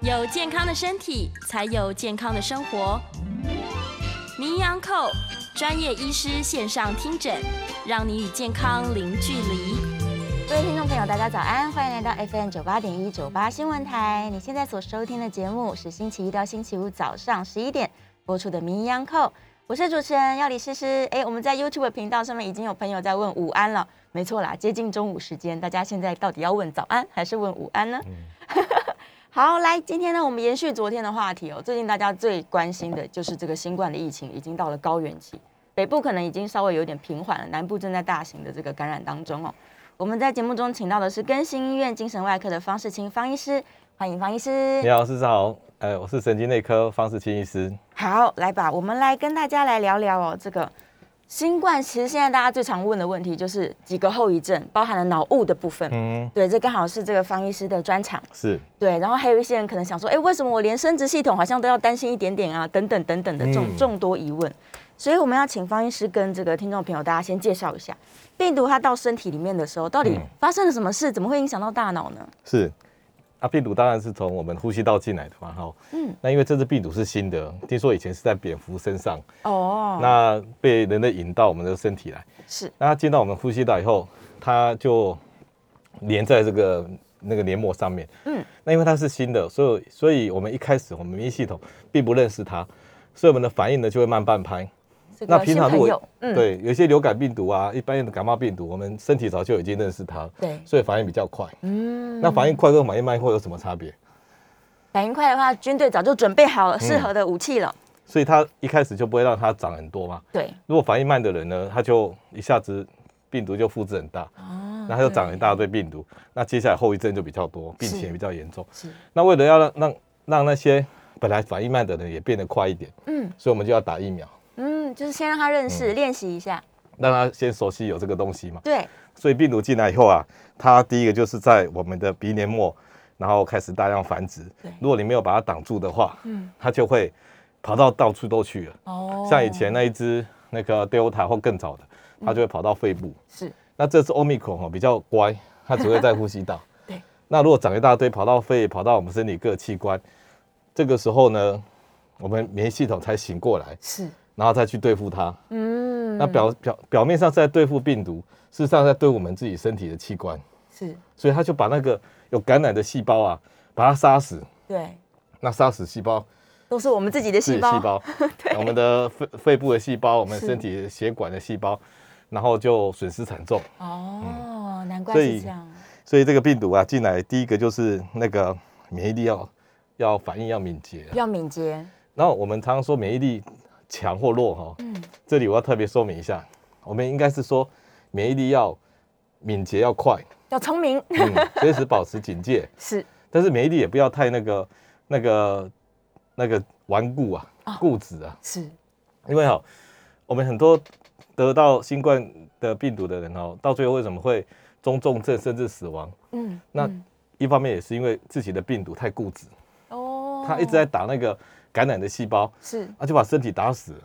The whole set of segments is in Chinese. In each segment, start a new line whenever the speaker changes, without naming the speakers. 有健康的身体，才有健康的生活。名医昂扣专业医师线上听诊，让你与健康零距离。
各位听众朋友，大家早安，欢迎来到 FM 九八点一九八新闻台。你现在所收听的节目是星期一到星期五早上十一点播出的《名医央叩》，我是主持人要李诗诗。哎，我们在 YouTube 频道上面已经有朋友在问午安了，没错啦，接近中午时间，大家现在到底要问早安还是问午安呢？
嗯
好，来，今天呢，我们延续昨天的话题哦。最近大家最关心的就是这个新冠的疫情已经到了高原期，北部可能已经稍微有点平缓了，南部正在大型的这个感染当中哦。我们在节目中请到的是更新医院精神外科的方世清方医师，欢迎方医师
你。好，师长好，呃，我是神经内科方世清医师。
好，来吧，我们来跟大家来聊聊哦，这个新冠其实现在大家最常问的问题就是几个后遗症，包含了脑雾的部分。
嗯，
对，这刚好是这个方医师的专场。
是，
对，然后还有一些人可能想说，哎，为什么我连生殖系统好像都要担心一点点啊？等等等等的众
嗯
众多疑问，所以我们要请方医师跟这个听众朋友大家先介绍一下，病毒它到身体里面的时候，到底
嗯
发生了什么事？怎么会影响到大脑呢？
是。啊，病毒当然是从我们呼吸道进来的嘛，哈。
嗯，
那因为这只病毒是新的，听说以前是在蝙蝠身上，
哦，
那被人类引到我们的身体来。
是
那它进到我们呼吸道以后，它就粘在这个那个黏膜上面。
嗯，
那因为它是新的，所以所以我们一开始我们免疫系统并不认识它，所以我们的反应呢就会慢半拍。
这
那
个
平
新
常
朋
如
友嗯
果，、对有一些流感病毒啊，一般的感冒病毒，我们身体早就已经认识它了，
对
所以反应比较快。
嗯，
那反应快跟反应慢会有什么差别？
反应快的话，军队早就准备好了适合的武器了。
所以它一开始就不会让它长很多嘛。
嗯对，
如果反应慢的人呢，他就一下子病毒就复制很大，
哦
那他就长了一大堆病毒，那接下来后遗症就比较多，病情也比较严重。
是
那为了要让让让那些本来反应慢的人也变得快一点，
嗯
所以我们就要打疫苗，
嗯，就是先让他认识、练习一下。
让他先熟悉有这个东西嘛。
对，
所以病毒进来以后啊，它第一个就是在我们的鼻黏膜，然后开始大量繁殖
对。
如果你没有把它挡住的话，
嗯，
它就会跑到到处都去了。
哦
像以前那一只那个 Delta 或更早的，它就会跑到肺部。
是。
那这次 Omicron 哦比较乖，它只会在呼吸道
对。
那如果长一大堆跑到肺，跑到我们身体各器官，这个时候呢，我们免疫系统才醒过来，
是，
然后再去对付它。
嗯，
那表表表面上是在对付病毒，事实上在对我们自己身体的器官。
是
所以他就把那个有感染的细胞啊，把它杀死。
对，
那杀死细胞，
都是我们自己的
自
细
己
胞。
细 胞，我们的肺肺部的细胞，我们身体的血管的细胞，然后就损失惨重。
哦，难怪
所
是
以
这样。
所以这个病毒啊进来，第一个就是那个免疫力要要反应要敏捷。
要敏捷，
然后我们常常说免疫力强或弱哈、
嗯
这里我要特别说明一下，我们应该是说免疫力要敏捷要快，
要聪明，
嗯，随时保持警戒。
是
但是免疫力也不要太那个、那个、那个顽固啊、
哦
固执啊，
是，
因为哈、我们很多得到新冠的病毒的人哦，到最后为什么会中重症甚至死亡？
嗯，
那
嗯
一方面也是因为自己的病毒太固执，
哦，
它一直在打那个感染的细胞，
是，
啊，就把身体打死了。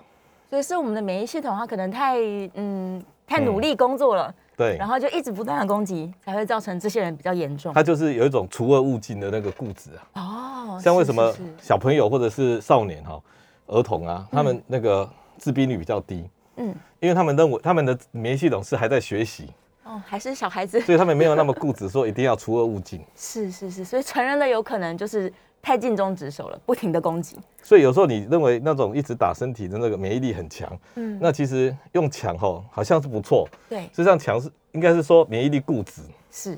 所以是我们的免疫系统，它可能太嗯太努力工作了，
对
然，后就一直不断的攻击，才会造成这些人比较严重。
它就是有一种除恶务尽的那个固执啊。
哦，
像为
是
什么
是是
小朋友或者是少年哈、儿童啊，他们那个致病率比较低，
嗯
因为他们认为他们的免疫系统是还在学习，
哦，还是小孩子，
所以他们没有那么固执，说一定要除恶务尽。
是是是，所以成人的有可能就是太尽忠职守了，不停的攻击，
所以有时候你认为那种一直打身体的那个免疫力很强，
嗯，
那其实用强吼好像是不错，
对
事实上强是应该是说免疫力固执，
是，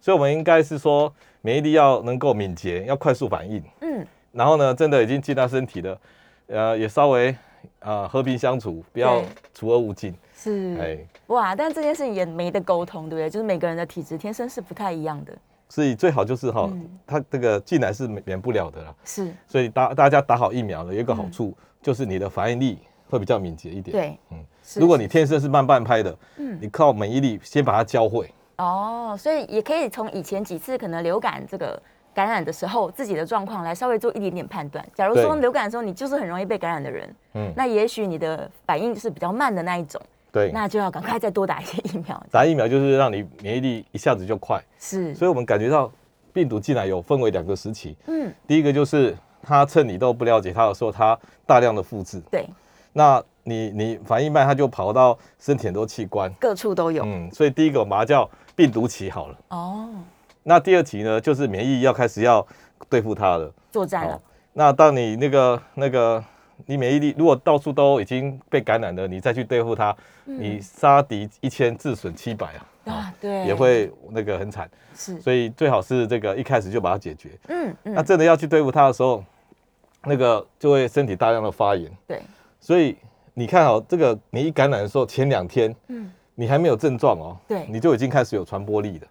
所以我们应该是说免疫力要能够敏捷，要快速反应，
嗯
然后呢，真的已经进到身体了，呃，也稍微呃和平相处，不要
对
除恶务尽，
是，
哎。
哇，但这件事情也没得沟通，对不对？就是每个人的体质天生是不太一样的，
所以最好就是哈、
嗯
它这个进来是免免不了的啦。
是
所以大大家打好疫苗了，有一个好处、就是你的反应力会比较敏捷一
嗯
点。，
对，
嗯
是
如果
是
你天生是慢半拍的，
嗯
你靠免疫力先把它教会，
哦，所以也可以从以前几次可能流感这个感染的时候自己的状况来稍微做一点点判断。假如说
对
流感的时候你就是很容易被感染的人，
嗯
那也许你的反应是比较慢的那一种，
对，
那就要赶快再多打一些疫苗。
打疫苗就是让你免疫力一下子就快。
是，
所以我们感觉到病毒进来有分为两个时期，
嗯，
第一个就是它趁你都不了解它的时候，它大量的复制，
对，
那你你反应慢，它就跑到身体很多器官，
各处都有。
嗯，所以第一个我们把它叫病毒期好了。
哦，
那第二期呢，就是免疫要开始要对付它了。哦
作战了，
那当你那个那个你免疫力如果到处都已经被感染了，你再去对付它，
嗯
你杀敌一千自损七百啊，
啊，对，
也会那个很惨。
是，
所以最好是这个一开始就把它解决。
嗯嗯，
那真的要去对付它的时候，那个就会身体大量的发炎。
对，
所以你看哦，这个你一感染的时候，前两天
嗯，
你还没有症状哦，
对哦
你就已经开始有传播力了。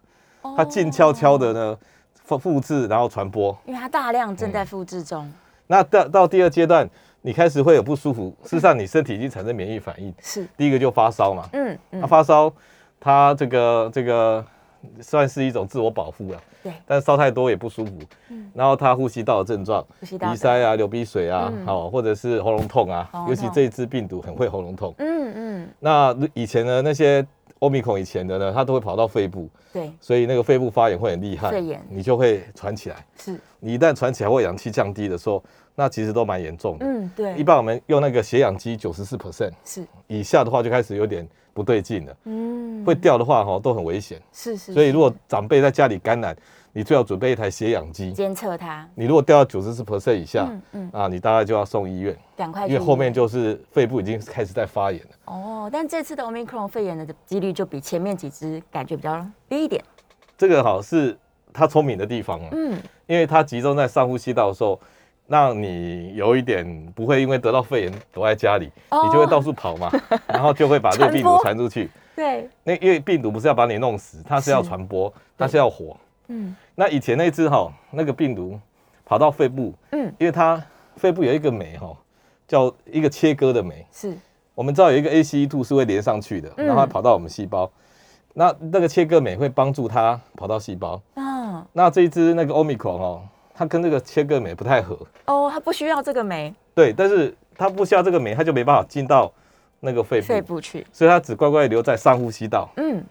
它静悄悄的呢，复复制然后传播。
因为它大量正在复制中，
那到到第二阶段，你开始会有不舒
嗯
服，事实上你身体已经产生免疫反应。
是，
第一个就发烧嘛，
嗯嗯
那，发烧它这个这个算是一种自我保护了。
对嗯
但烧太多也不舒服。然后他呼吸道的症状，
呼吸道
鼻
的
塞啊、流鼻水啊，
嗯
好、或者是喉咙痛啊
喉咙，
尤其
痛
这一支病毒很会喉咙痛。
嗯嗯，
那以前呢，那些欧米孔以前的呢，它都会跑到肺部，
对，
所以那个肺部发炎会很厉害，
肺炎
你就会传起来。
是，
你一旦传起来或氧气降低的时候，那其实都蛮严重的。
嗯
一
对，
般我们用那个血氧机九十四 percent
是，
以下的话，就开始有点不对劲了。
嗯，
会掉的话，哈，都很危险。
是是，
所以如
果
果长辈在家里感染，你最好准备一台血氧机。
监测它，
你如果掉到九十四 percent 以下，
嗯嗯，
啊，你大概就要送医院，
赶快
因
去，
为后面就是肺部已经开始在发炎了。
哦，但这次的 Omicron 肺炎的几率就比前面几只感觉比较低一点，
这个好是它聪明的地方啊，
嗯，
因为它集中在上呼吸道的时候，让你有一点不会因为得到肺炎躲在家里，
哦
你就会到处跑 嘛，然后就会把这个病
传
毒
播
传出去。
对，
那因为病毒不是要把你弄死，它是要
是
传播，它是要活。
嗯
那以前那只哈，那个病毒跑到肺部，
嗯，
因为它肺部有一个酶哈，叫一个切割的酶，
是，
我们知道有一个 ACE2 是会连上去的，
嗯
然后它跑到我们细胞。那那个切割酶会帮助它跑到细胞。
嗯，
那这一只那个 Omicron 哦，它跟这个切割酶不太合，
哦，它不需要这个酶，
对，但是它不需要这个酶，它就没办法进到那个肺部，
肺部去，
所以它只乖乖地留在上呼吸道。
嗯，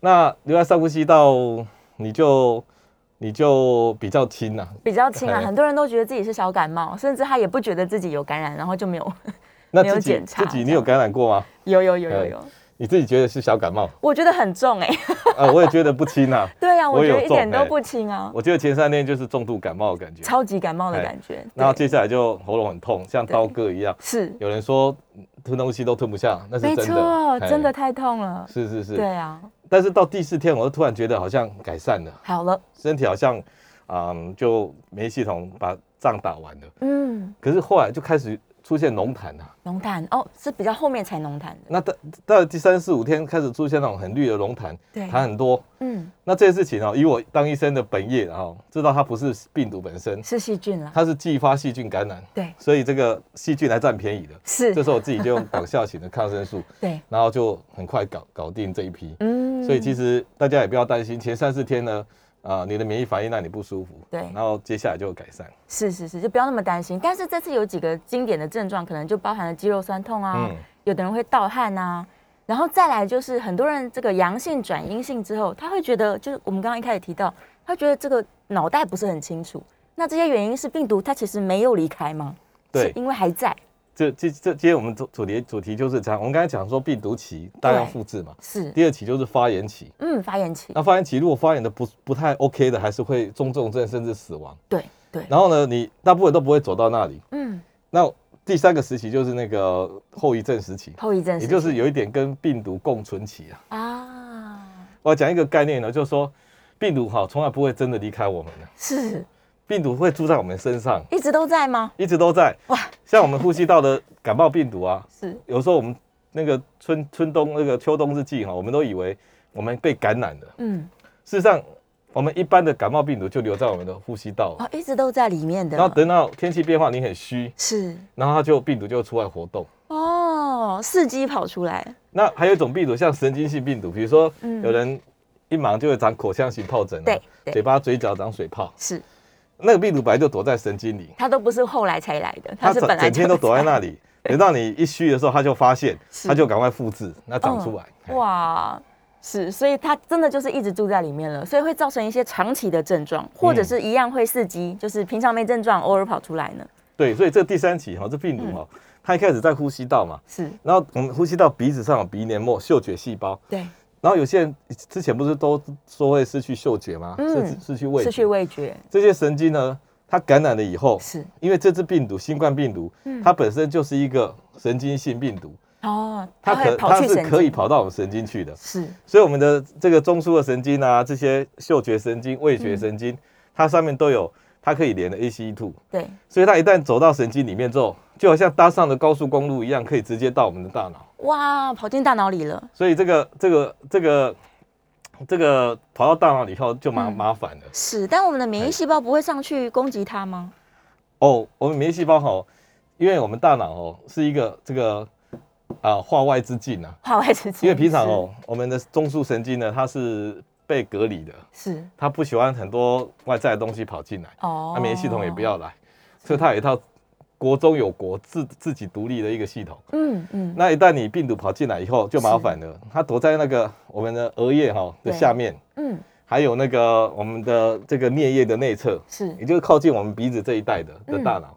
那留在上呼吸道，你就你就比较轻呐、
比较轻啊，
哎
很多人都觉得自己是小感冒，甚至他也不觉得自己有感染，然后就没有，
那
没有
自己
检查
自己
这
你
样
有感染过吗？
有有有有
哎
有，
你自己觉得是小感冒？
我觉得很重哎、
呃，我也觉得不轻啊。
对啊，我
我
觉
有
得一点
中
都
哎
不轻啊，
我觉得前三天就是重度感冒的感觉。
超级感冒的
哎
感觉，
然后
对
接下来就喉咙很痛，像刀割一样。
是
有人说嗯吞东西都吞不下，那是
没
真的，
错，
哎
真的太痛了，
是是是。
对啊，
但是到第四天，我就突然觉得好像改善了，
好了，
身体好像，嗯，就免疫系统把仗打完了。
嗯，
可是后来就开始出现脓痰啊，
浓痰哦，是比较后面才浓痰的，
那到到了第三四五天开始出现那种很绿的脓痰，
对
痰很多。
嗯，
那这件事情哦，以我当医生的本业啊，哦知道它不是病毒本身，
是细菌啦，
它是继发细菌感染，
对，
所以这个细菌来占便宜的。
是
这，时候我自己就用广效型的抗生素，
对，
然后就很快搞搞定这一批。
嗯，
所以其实大家也不要担心，前三四天呢，啊、你的免疫反应让你不舒服，
对
然后接下来就有改善。
是是是，就不要那么担心。但是这次有几个经典的症状，可能就包含了肌肉酸痛啊，
嗯
有的人会盗汗啊，然后再来就是很多人这个阳性转阴性之后，他会觉得，就是我们刚刚一开始提到，他觉得这个脑袋不是很清楚。那这些原因是病毒它其实没有离开吗？
对
是因为还在，
这这这今天我们主主题主题就是这样，我们刚才讲说病毒期大量复制嘛，
是，
第二期就是发炎期。
嗯，发炎期，
那发炎期如果发炎的不不太 OK 的，还是会中重症甚至死亡。
对对，
然后呢，你大部分都不会走到那里。
嗯，
那第三个时期就是那个后遗症时期，
后遗症
也
时
就是
期
有一点跟病毒共存期啊。
啊，
我讲一个概念呢，就是说病毒哈从来不会真的离开我们的，
是
病毒会住在我们身上，
一直都在吗？
一直都在。
哇，
像我们呼吸道的感冒病毒啊，
是，
有时候我们那个春春冬那个秋冬之际哈，我们都以为我们被感染了，
嗯，
事实上我们一般的感冒病毒就留在我们的呼吸道，
哦，一直都在里面的，
然后等到天气变化，你很虚，
是
然后它就病毒就出来活动。
哦，伺机跑出来，
那还有一种病毒，像神经性病毒，比如说
嗯
有人一忙就会长口腔型疱疹、啊，
对对
嘴巴、嘴角长水泡，
是
那个病毒本来就躲在神经里，
它都不是后来才来的，它
它
是
整
本来
整天
就
都躲在那里，等到你一虚的时候，它就发现，
是嗯
哎它就赶快复制，那长出来。
哇，是，所以它真的就是一直住在里面了，所以会造成一些长期的症
嗯
状，或者是一样会刺激，就是平常没症状，偶尔跑出来呢。
对，所以这第三期哈，这病
嗯
毒哈，它一开始在呼吸道嘛，
是，
然后我们呼吸道鼻子上有鼻黏膜、嗅觉细胞，
对，
然后有些人之前不是都说会失去嗅觉吗？
嗯
失失去味觉，
失去味觉
这些神经呢，它感染了以后，
是嗯
因为这只病毒新冠病毒，它本身就是一个神经性病毒，
哦，
它
会
可
跑
它
去
是
神
可以
经，
跑到我们神经去的，
是
所以我们的这个中枢的神经啊，这些嗅觉神经、味觉神经，它上面都有它可以连的 ACE2，
对，
所以它一旦走到神经里面之后，就好像搭上了高速公路一样，可以直接到我们的大脑。
哇，跑进大脑里了，
所以这个这个这个这个跑到大脑里以后就麻麻烦了。
是，但我们的免疫
哎
细胞不会上去攻击它吗？
哦，我们免疫细胞吼，因为我们大脑哦是一个这个啊、化外之境啊，
化外之境，
因为平常哦我们的中枢神经呢它是被隔离的，
是，是
它不喜欢很多外在的东西跑进来，
哦
那、免疫系统也不，要来，所以它有一套国中有国自自己独立的一个系统。
嗯嗯，
那一旦你病毒跑进来以后就麻烦了，它躲在那个我们的额叶哈的
对
下面，
嗯
还有那个我们的这个颞叶的内侧，
是
也就是靠近我们鼻子这一带的的大脑。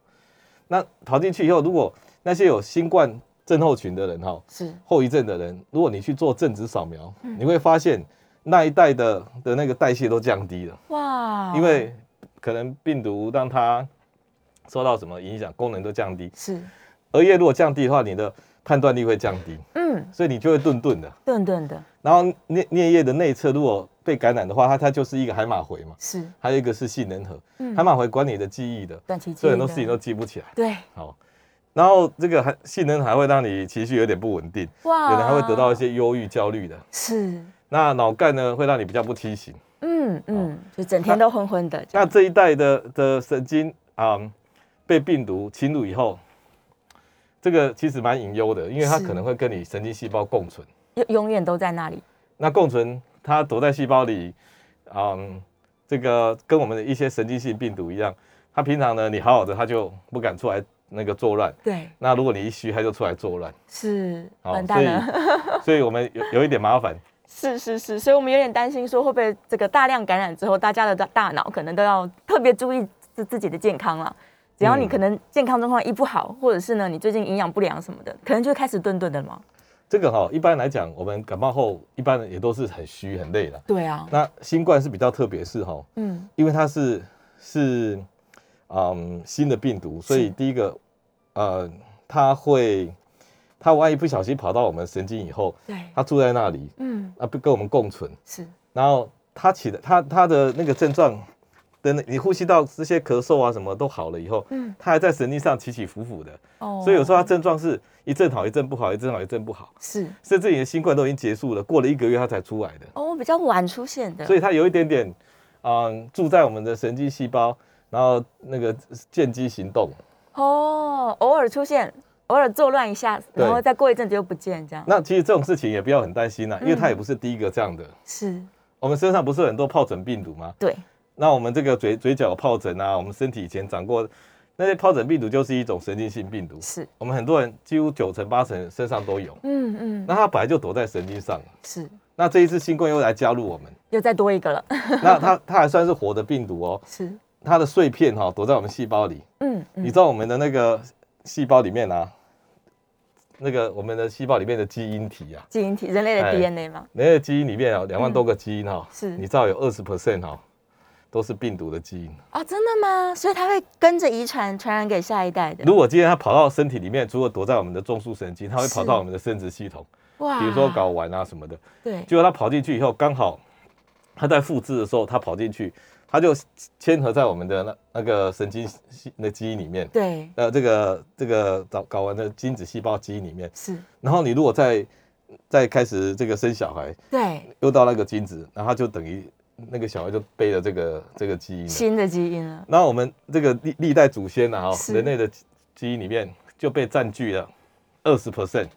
那跑进去以后，如果那些有新冠症候群的人哈，
是
后遗症的人，如果你去做正子扫描，你会发现那一带的的那个代谢都降低了，
哇，
因为可能病毒让它受到什么影响，功能都降低。
是
额叶如果降低的话，你的判断力会降低，
嗯
所以你就会顿顿的。
顿顿的，
然后颞颞叶的内侧如果被感染的话，它它就是一个海马回嘛，
是
还有一个是杏仁核，
嗯
海马回管你的记忆的，
短期记
所
忆
以很多事情
的
都记不起来。
对
好，然后这个还性能还会让你情绪有点不稳定，
哇
有人还会得到一些忧郁、焦虑的。
是
那脑干呢，会让你比较不清醒。
嗯嗯，就整天都昏昏的这
那
样。
这一代的的神经啊、嗯被病毒侵入以后，这个其实蛮隐忧的，因为它
是
可能会跟你神经细胞共存。
永永远都在那里。
那共存，它躲在细胞里，嗯，这个跟我们的一些神经性病毒一样，它平常呢，你好好的，它就不敢出来那个作乱。
对，
那如果你一虚，它就出来作乱。
是
好
完蛋了。
所以， 所以我们有有一点麻烦。
是是是，所以我们有点担心，说会不会这个大量感染之后，大家的大大脑可能都要特别注意自自己的健康了。只要你
嗯
可能健康状况一不好，或者是呢你最近营养不良什么的，可能就会开始顿顿的嘛。
这个哈、一般来讲，我们感冒后一般人也都是很虚很累的。
对啊，
那新冠是比较特别，是哈、
嗯，
因为它是是嗯新的病毒，所以第一个呃，它会它万一不小心跑到我们神经以后，
对，
它住在那里
嗯，
啊，不跟我们共存，
是
然后它起的它它的那个症状。等你呼吸道这些咳嗽啊什么都好了以后，
嗯
它还在神经上起起伏伏的，
哦
所以有时候它症状是一阵好一阵不好，一阵好一阵不好，
是
甚至你的新冠都已经结束了，过了一个月它才出来的，
哦比较晚出现的，
所
以
以它有一点点，嗯，住在我们的神经细胞，然后那个见机行动。
哦偶尔出现，偶尔作乱一下，然后
对
再过一阵子又不见这样。
那其实这种事情也不要很担心啦、因为它也不是第一个这样的。
是，
我们身上不是有很多疱疹病毒吗？
对，
那我们这个嘴嘴角有疱疹啊，我们身体以前长过那些疱疹病毒，就是一种神经性病毒。
是，
我们很多人几乎九成八成身上都有，
嗯嗯，
那它本来就躲在神经上了。啊
是，
那这一次新冠又来加入我们，
又再多一个了，
那它它还算是活的病毒哦，
是，
它的碎片哈、躲在我们细胞里。
嗯
你
嗯，
知道我们的那个细胞里面啊，那个我们的细胞里面的基因体啊，
基因体，人类的
哎
DNA 吗？
那个基因里面啊，两万多个基因
嗯
哈、
是
你知道有二十 percent 哈，都是病毒的基因。
哦，真的吗？所以它会跟着遗传传染给下一代的。
如果今天它跑到身体里面，除了躲在我们的中枢神经，它会
是
跑到我们的生殖系统，
哇
比如说睾丸啊什么的。
对，
结果它跑进去以后，刚好它在复制的时候，它跑进去，它就嵌合在我们的那那个神经系那基因里面，
对，
呃，这个这个睾睾丸的精子细胞基因里面。
是，
然后你如果再再开始这个生小孩，
对，
又到那个精子，然后它就等于那个小孩就背了这个这个基因了。
新的基因了。
那我们这个历历代祖先啊，哦
是
人类的基因里面就被占据了二十 percent，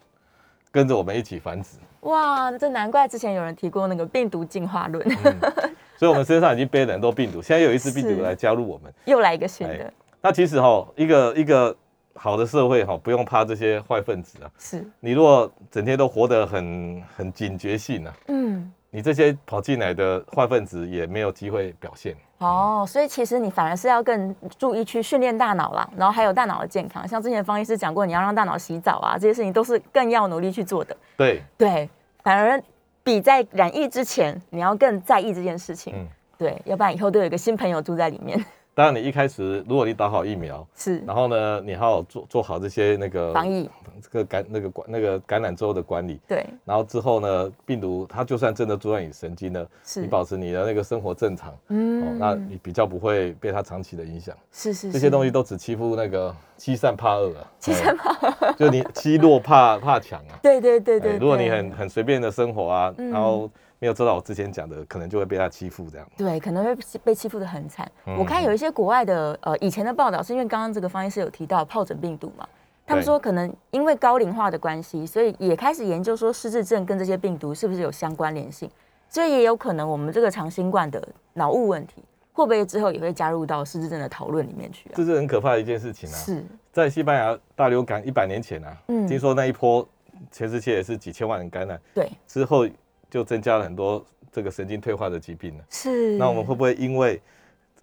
跟着我们一起繁殖，
哇，这难怪之前有人提过那个病毒进化论，
嗯所以我们身上已经背了很多病毒。现在有一只病
是
毒来加入我们。
又来一个新的
哎，那其实哈、哦，一个一个好的社会哈、哦，不用怕这些坏分子啊。
是，
你如果整天都活得很很警觉性啊，
嗯，
你这些跑进来的坏分子也没有机会表现。
哦，所以其实你反而是要更注意去训练大脑啦，然后还有大脑的健康。像之前方医师讲过，你要让大脑洗澡啊，这些事情都是更要努力去做的。
对，
对，反而比在染疫之前，你要更在意这件事情。
嗯
对，要不然以后都有一个新朋友住在里面。
当然你一开始如果你打好疫苗，
是
然后呢，你好好做做好这些那个
防疫，
这个感那个管那个感染之后的管理，
对，
然后之后呢，病毒它就算真的住在你神经了，
是
你保持你的那个生活正常，哦，
嗯
那你比较不会被它长期的影响。
是是
这些东
西
西都只欺负那个欺善怕恶啊，
欺善
怕恶，就你欺弱怕怕强啊。
对对对对
哎
对，
如果你很很随便的生活啊，
嗯
然后没有做到我之前讲的，可能就会被他欺负这样。
对，可能会被被欺负的很惨。
嗯
我看有一些国外的呃以前的报道，是因为刚刚这个方医师有提到疱疹病毒嘛，他们
对
说可能因为高龄化的关系，所以也开始研究说失智症跟这些病毒是不是有相关联性，所以也有可能我们这个长新冠的脑雾问题，会不会之后也会加入到失智症的讨论里面去啊？
这是很可怕的一件事情啊！
是，
在西班牙大流感一百年前啊，
嗯
听说那一波全世界也是几千万人感染，
对，
之后就增加了很多这个神经退化的疾病了。
是。
那我们会不会因为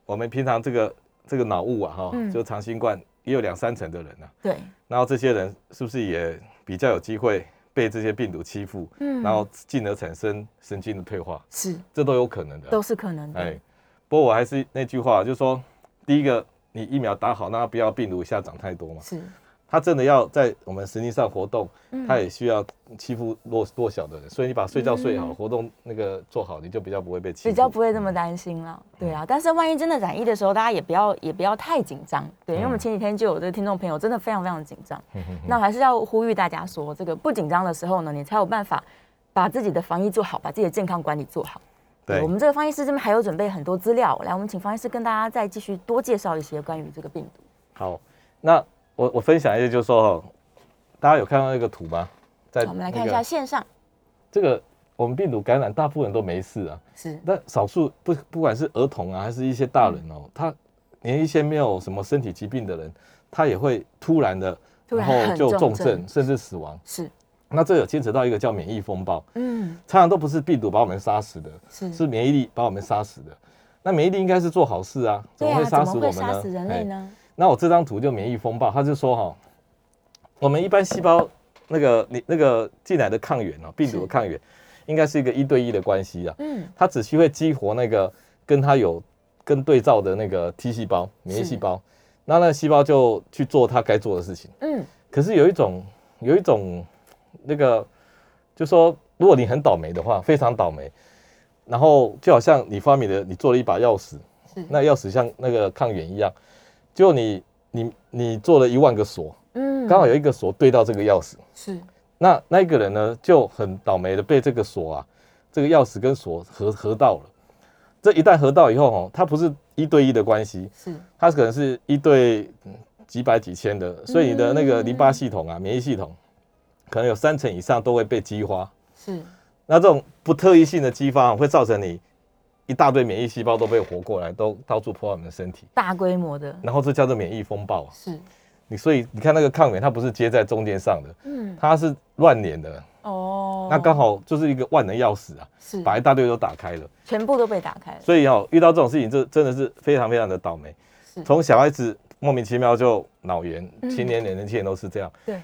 我们平常这个这个脑雾啊，哈、
嗯
就长新冠也有两三成的人啊，
对，
然后这些人是不是也比较有机会被这些病毒欺负，
嗯
然后进而产生神经的退化，
是
这都有可能的。
都是可能的。
哎，不过我还是那句话，就是说，第一个，你疫苗打好，那它不要病毒一下长太多嘛。
是，
它真的要在我们神经上活动，
嗯
它也需要欺负弱弱小的人，所以你把睡觉睡好，
嗯
活动那个做好，你就比较不会被欺负。
比较不会这
嗯
么担心了，对啊。但是万一真的染疫的时候，大家也不要也不要太紧张，对，因为我
嗯
们前几天就有这个听众朋友真的非常非常紧张，那我还是要呼吁大家说，这个不紧张的时候呢，你才有办法把自己的防疫做好，把自己的健康管理做好。
对
我，们这个方医师这边还有准备很多资料，来，我们请方医师跟大家再继续多介绍一些关于这个病毒。
好，那我我分享一下，就是说，大家有看到那个图吗？在
好我们来
呃那
看一
个
下线上
这个我们病毒感染，大部分人都没事啊。
是
那少数不不管是儿童啊，还是一些大人
嗯
哦，他连一些没有什么身体疾病的人，他也会突然的，
突然
后
很
就
重
重
症
症甚至死亡。
是，
那这有牵扯到一个叫免疫风暴，
嗯
常常都不是病毒把我们杀死的，
是
是免疫力把我们杀死的。那免疫力应该是做好事啊，怎
对
么
啊，
会杀
怎
死
么
我
会
们
杀死人类
哎
呢？
那我这张图就免疫风暴，他就说哈、我们一般细胞那个你那个进来的抗原哦，病毒
是
的抗原，应该是一个一对一的关系啊。
嗯
它只需会激活那个跟它有跟对照的那个 T 细胞、免疫细胞，那那细胞就去做它该做的事情。
嗯
可是有一种有一种那个，就说如果你很倒霉的话，非常倒霉，然后就好像你发明了你做了一把钥匙
是，
那钥匙像那个抗原一样，就你你你做了一万个锁，
嗯，
刚好有一个锁对到这个钥匙，
是
那那一个人呢就很倒霉的被这个锁啊，这个钥匙跟锁合合到了。这一旦合到以后哦，它不是一对一的关系，
是
它可能是一对嗯几百几千的，所以你的那个淋巴系统啊、免疫系统，可能有三成以上都会被激发。
是
那这种不特异性的激发、啊、会造成你一大堆免疫细胞都被活过来，都到处破坏我们的身体，
大规模的，
然后这叫做免疫风暴啊。
是
你所以你看那个抗原，它不是接在中间上的，
嗯
它是乱连的，
哦，嗯
那刚好就是一个万能钥匙啊，
是
把一大堆都打开了。
全部都被打开了。
所以哦，遇到这种事情，这真的是非常非常的倒霉
是。
从小孩子莫名其妙就脑炎，
嗯
青年人、年轻人都是这样。
对，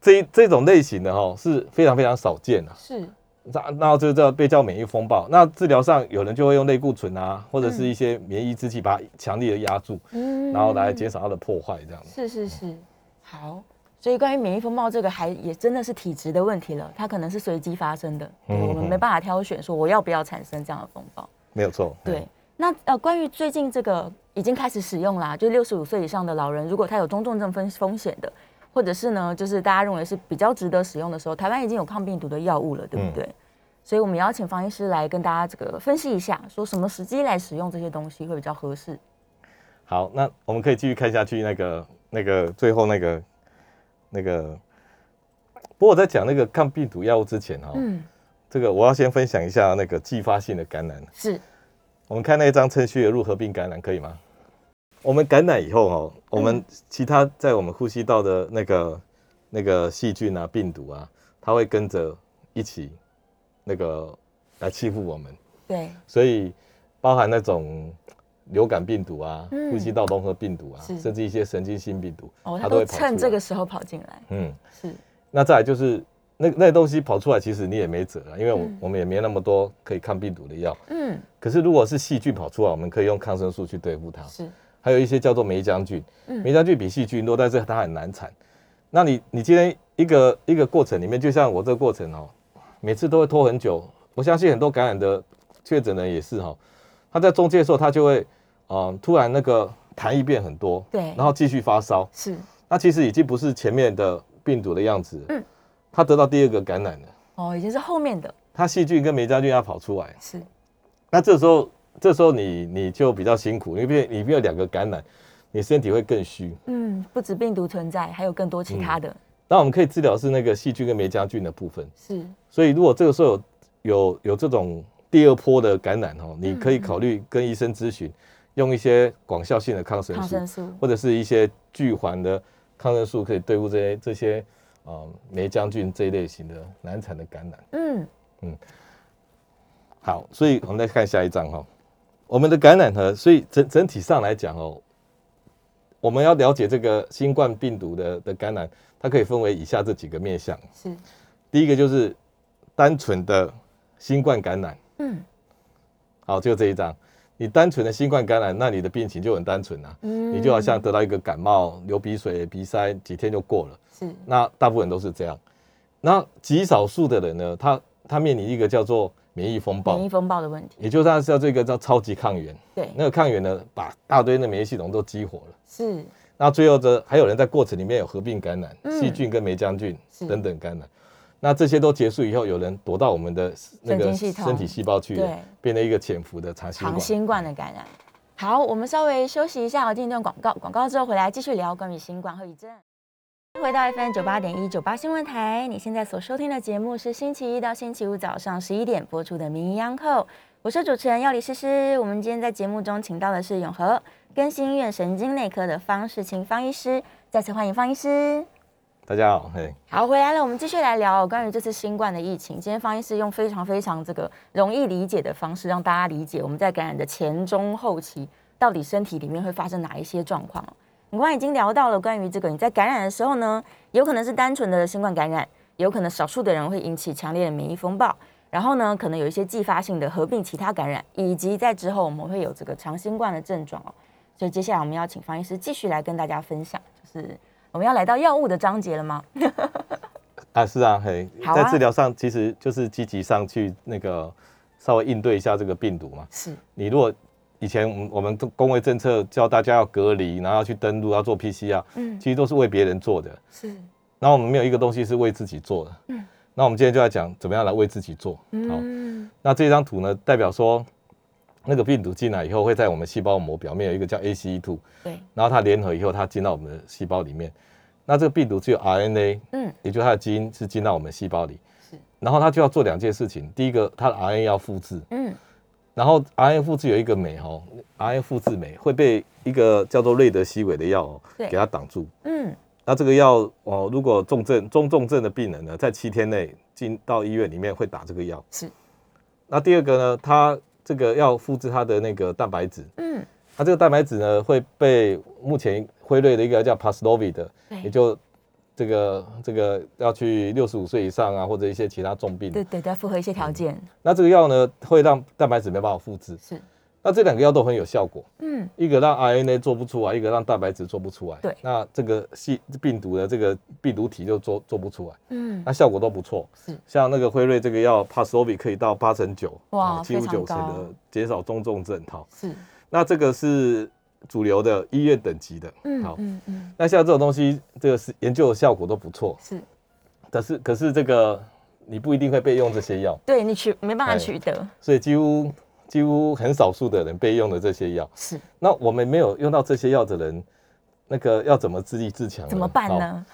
这一这种类型的哦，是非常非常少见的、啊。
是
那那就叫被叫免疫风暴。那治疗上有人就会用类固醇啊，或者是
嗯
一些免疫制剂把它强力的压住，
嗯
然后来减少它的破坏，这样子。
是是是，好。所以关于免疫风暴这个，还也真的是体质的问题了，它可能是随机发生的，对我们
嗯
没办法挑选说我要不要产生这样的风暴。
没有错。嗯
对，那呃，关于最近这个已经开始使用啦，就六十五岁以上的老人，如果他有中重症风风险的，或者是呢，就是大家认为是比较值得使用的时候，台湾已经有抗病毒的药物了，对不
嗯
对？所以我们也要请方医师来跟大家这个分析一下，说什么时机来使用这些东西会比较合适。
好，那我们可以继续看下去，那个那个最后那个那个。不过我在讲那个抗病毒药物之前哈、哦，
嗯，
这个我要先分享一下那个继发性的感染。
是
我们看那一张程序的入合并感染可以吗？我们感染以后哦，我们其他在我们呼吸道的那个那个细菌啊、病毒啊，它会跟着一起那个来欺负我们。
对，
所以包含那种流感病毒啊、
嗯
呼吸道融合病毒啊
是，
甚至一些神经性病毒，
哦，他都
跑
趁
出
这
来
个时候跑进来，
嗯，
是
那再来就是那那东西跑出来，其实你也没辙啊，因为我、
嗯
我们也没那么多可以抗病毒的药。
嗯
可是如果是细菌跑出来，我们可以用抗生素去对付它。
是
还有一些叫做霉浆菌，
嗯
霉浆菌比细菌多，但是它很难产。那你你今天一个一个过程里面，就像我这个过程哦，每次都会拖很久。我相信很多感染的确诊人也是哈、哦，他在中介的时候，他就会嗯、呃突然那个痰液变很多，
对
然后继续发烧，
是
那其实已经不是前面的病毒的样子，
嗯
嗯，他得到第二个感染了，
哦，已经是后面的
他细菌跟霉浆菌要跑出来，
是
那这时候这时候你你就比较辛苦，因为你没有两个感染，你身体会更虚。
嗯，不止病毒存在，还有更多其他的，
那我们可以治疗是那个细菌跟霉浆菌的部分，
是
所以如果这个时候有有有这种第二波的感染哦，你可
嗯
以考虑跟医生咨询，用一些广效性的抗生
抗
素
生，素，
或者是一些聚环的抗生素，可以对付这些这些呃霉浆菌这一类型的难产的感染。
嗯
好，所以我们再看下一章哈、哦，我们的感染和所以整整体上来讲哦，我们要了解这个新冠病毒的的感染，它可以分为以下这几个面向。
是
第一个就是单纯的新冠感染，
嗯
好，就这一章。你单纯的新冠感染，那你的病情就很单纯啊，
嗯
你就好像得到一个感冒、流鼻水、鼻塞，几天就过了。
是
那大部分人都是这样。那极少数的人呢，他他面临一个叫做免疫风暴
免疫，风暴的问题，
也就是它是叫这个叫超级抗原，
对，
那个抗原呢，把大堆的免疫系统都激活了。
是
那最后这还有人在过程里面有合并感染，
嗯
细菌跟霉浆菌
是
等等感染。那这些都结束以后，有人躲到我们的那
神
个
经系统
身体细胞去
对
了，变成一个潜伏的长新
长
冠。
新冠的感染。好，我们稍微休息一下，我进一段广告，广告之后回来继续聊关于新冠后遗症。回到 FM 九八点一九八新闻台，你现在所收听的节目是星期一到星期五早上十一点播出的《名医央叩》，我是主持人药理诗诗。我们今天在节目中请到的是永和更新医院神经内科的方世清方医师，再次欢迎方医师。
大家好，嘿，
好，回来了，我们继续来聊哦关于这次新冠的疫情。今天方医师用非常非常这个容易理解的方式，让大家理解我们在感染的前、中、后期到底身体里面会发生哪一些状况哦。我们刚才已经聊到了关于这个你在感染的时候呢，有可能是单纯的新冠感染，有可能少数的人会引起强烈的免疫风暴，然后呢，可能有一些继发性的合并其他感染，以及在之后我们会有这个长新冠的症状哦。所以接下来我们要请方医师继续来跟大家分享，就是我们要来到药物的章节了吗？
啊是啊，嘿，
好啊
在治疗上其实就是积极上去那个稍微应对一下这个病毒嘛。
是，
你如果以前我们我们公卫政策叫大家要隔离，然后要去登录，要做 PCR，
嗯，
其实都是为别人做的。
是，
然后我们没有一个东西是为自己做的。
嗯
嗯，那我们今天就要讲怎么样来为自己做。好，
嗯，
那这张图呢，代表说那个病毒进来以后，会在我们细胞膜表面有一个叫 ACE2，
对，
然后它联合以后，它进到我们的细胞里面。那这个病毒只有 RNA，
嗯，
也就是它的基因是进到我们细胞里
是。
然后它就要做两件事情，第一个，它的 RNA 要复制，
嗯，
然后 RNA 复制有一个酶哦，RNA 复制酶会被一个叫做瑞德西韦的药哦，
对
给它挡住。
嗯，
那这个药哦，如果重症、中重症的病人呢，在七天内进到医院里面会打这个药。
是，
那第二个呢，它这个要复制它的那个蛋白质，
嗯，
那这个蛋白质呢会被目前辉瑞的一个叫 Paxlovid 的，也
对，
就这个这个要去六十五岁以上啊，或者一些其他重病的。
对对，要符合一些条件，
那这个药呢会让蛋白质没办法复制。
嗯是，
那这两个药都很有效果，
嗯，
一个让 RNA 做不出来，一个让蛋白质做不出来。
对
那这个细病毒的这个病毒体就做做不出来。
嗯，
那效果都不错。
是
像那个辉瑞这个药 p a s o v i 可以到八成九，
哇
啊几乎
非常
九成
高
的减少中重症。好，
是，
那这个是主流的医院等级的。
嗯，
好，
嗯嗯，
那像这种东西，这个是研究的效果都不错，
是，
但是可是这个你不一定会备用这些药，
对你取没办法
哎
取得，
所以几乎几乎很少数的人备用的这些药。
是，
那我们没有用到这些药的人，那个要怎么自立自强？
怎么办
好？
呢？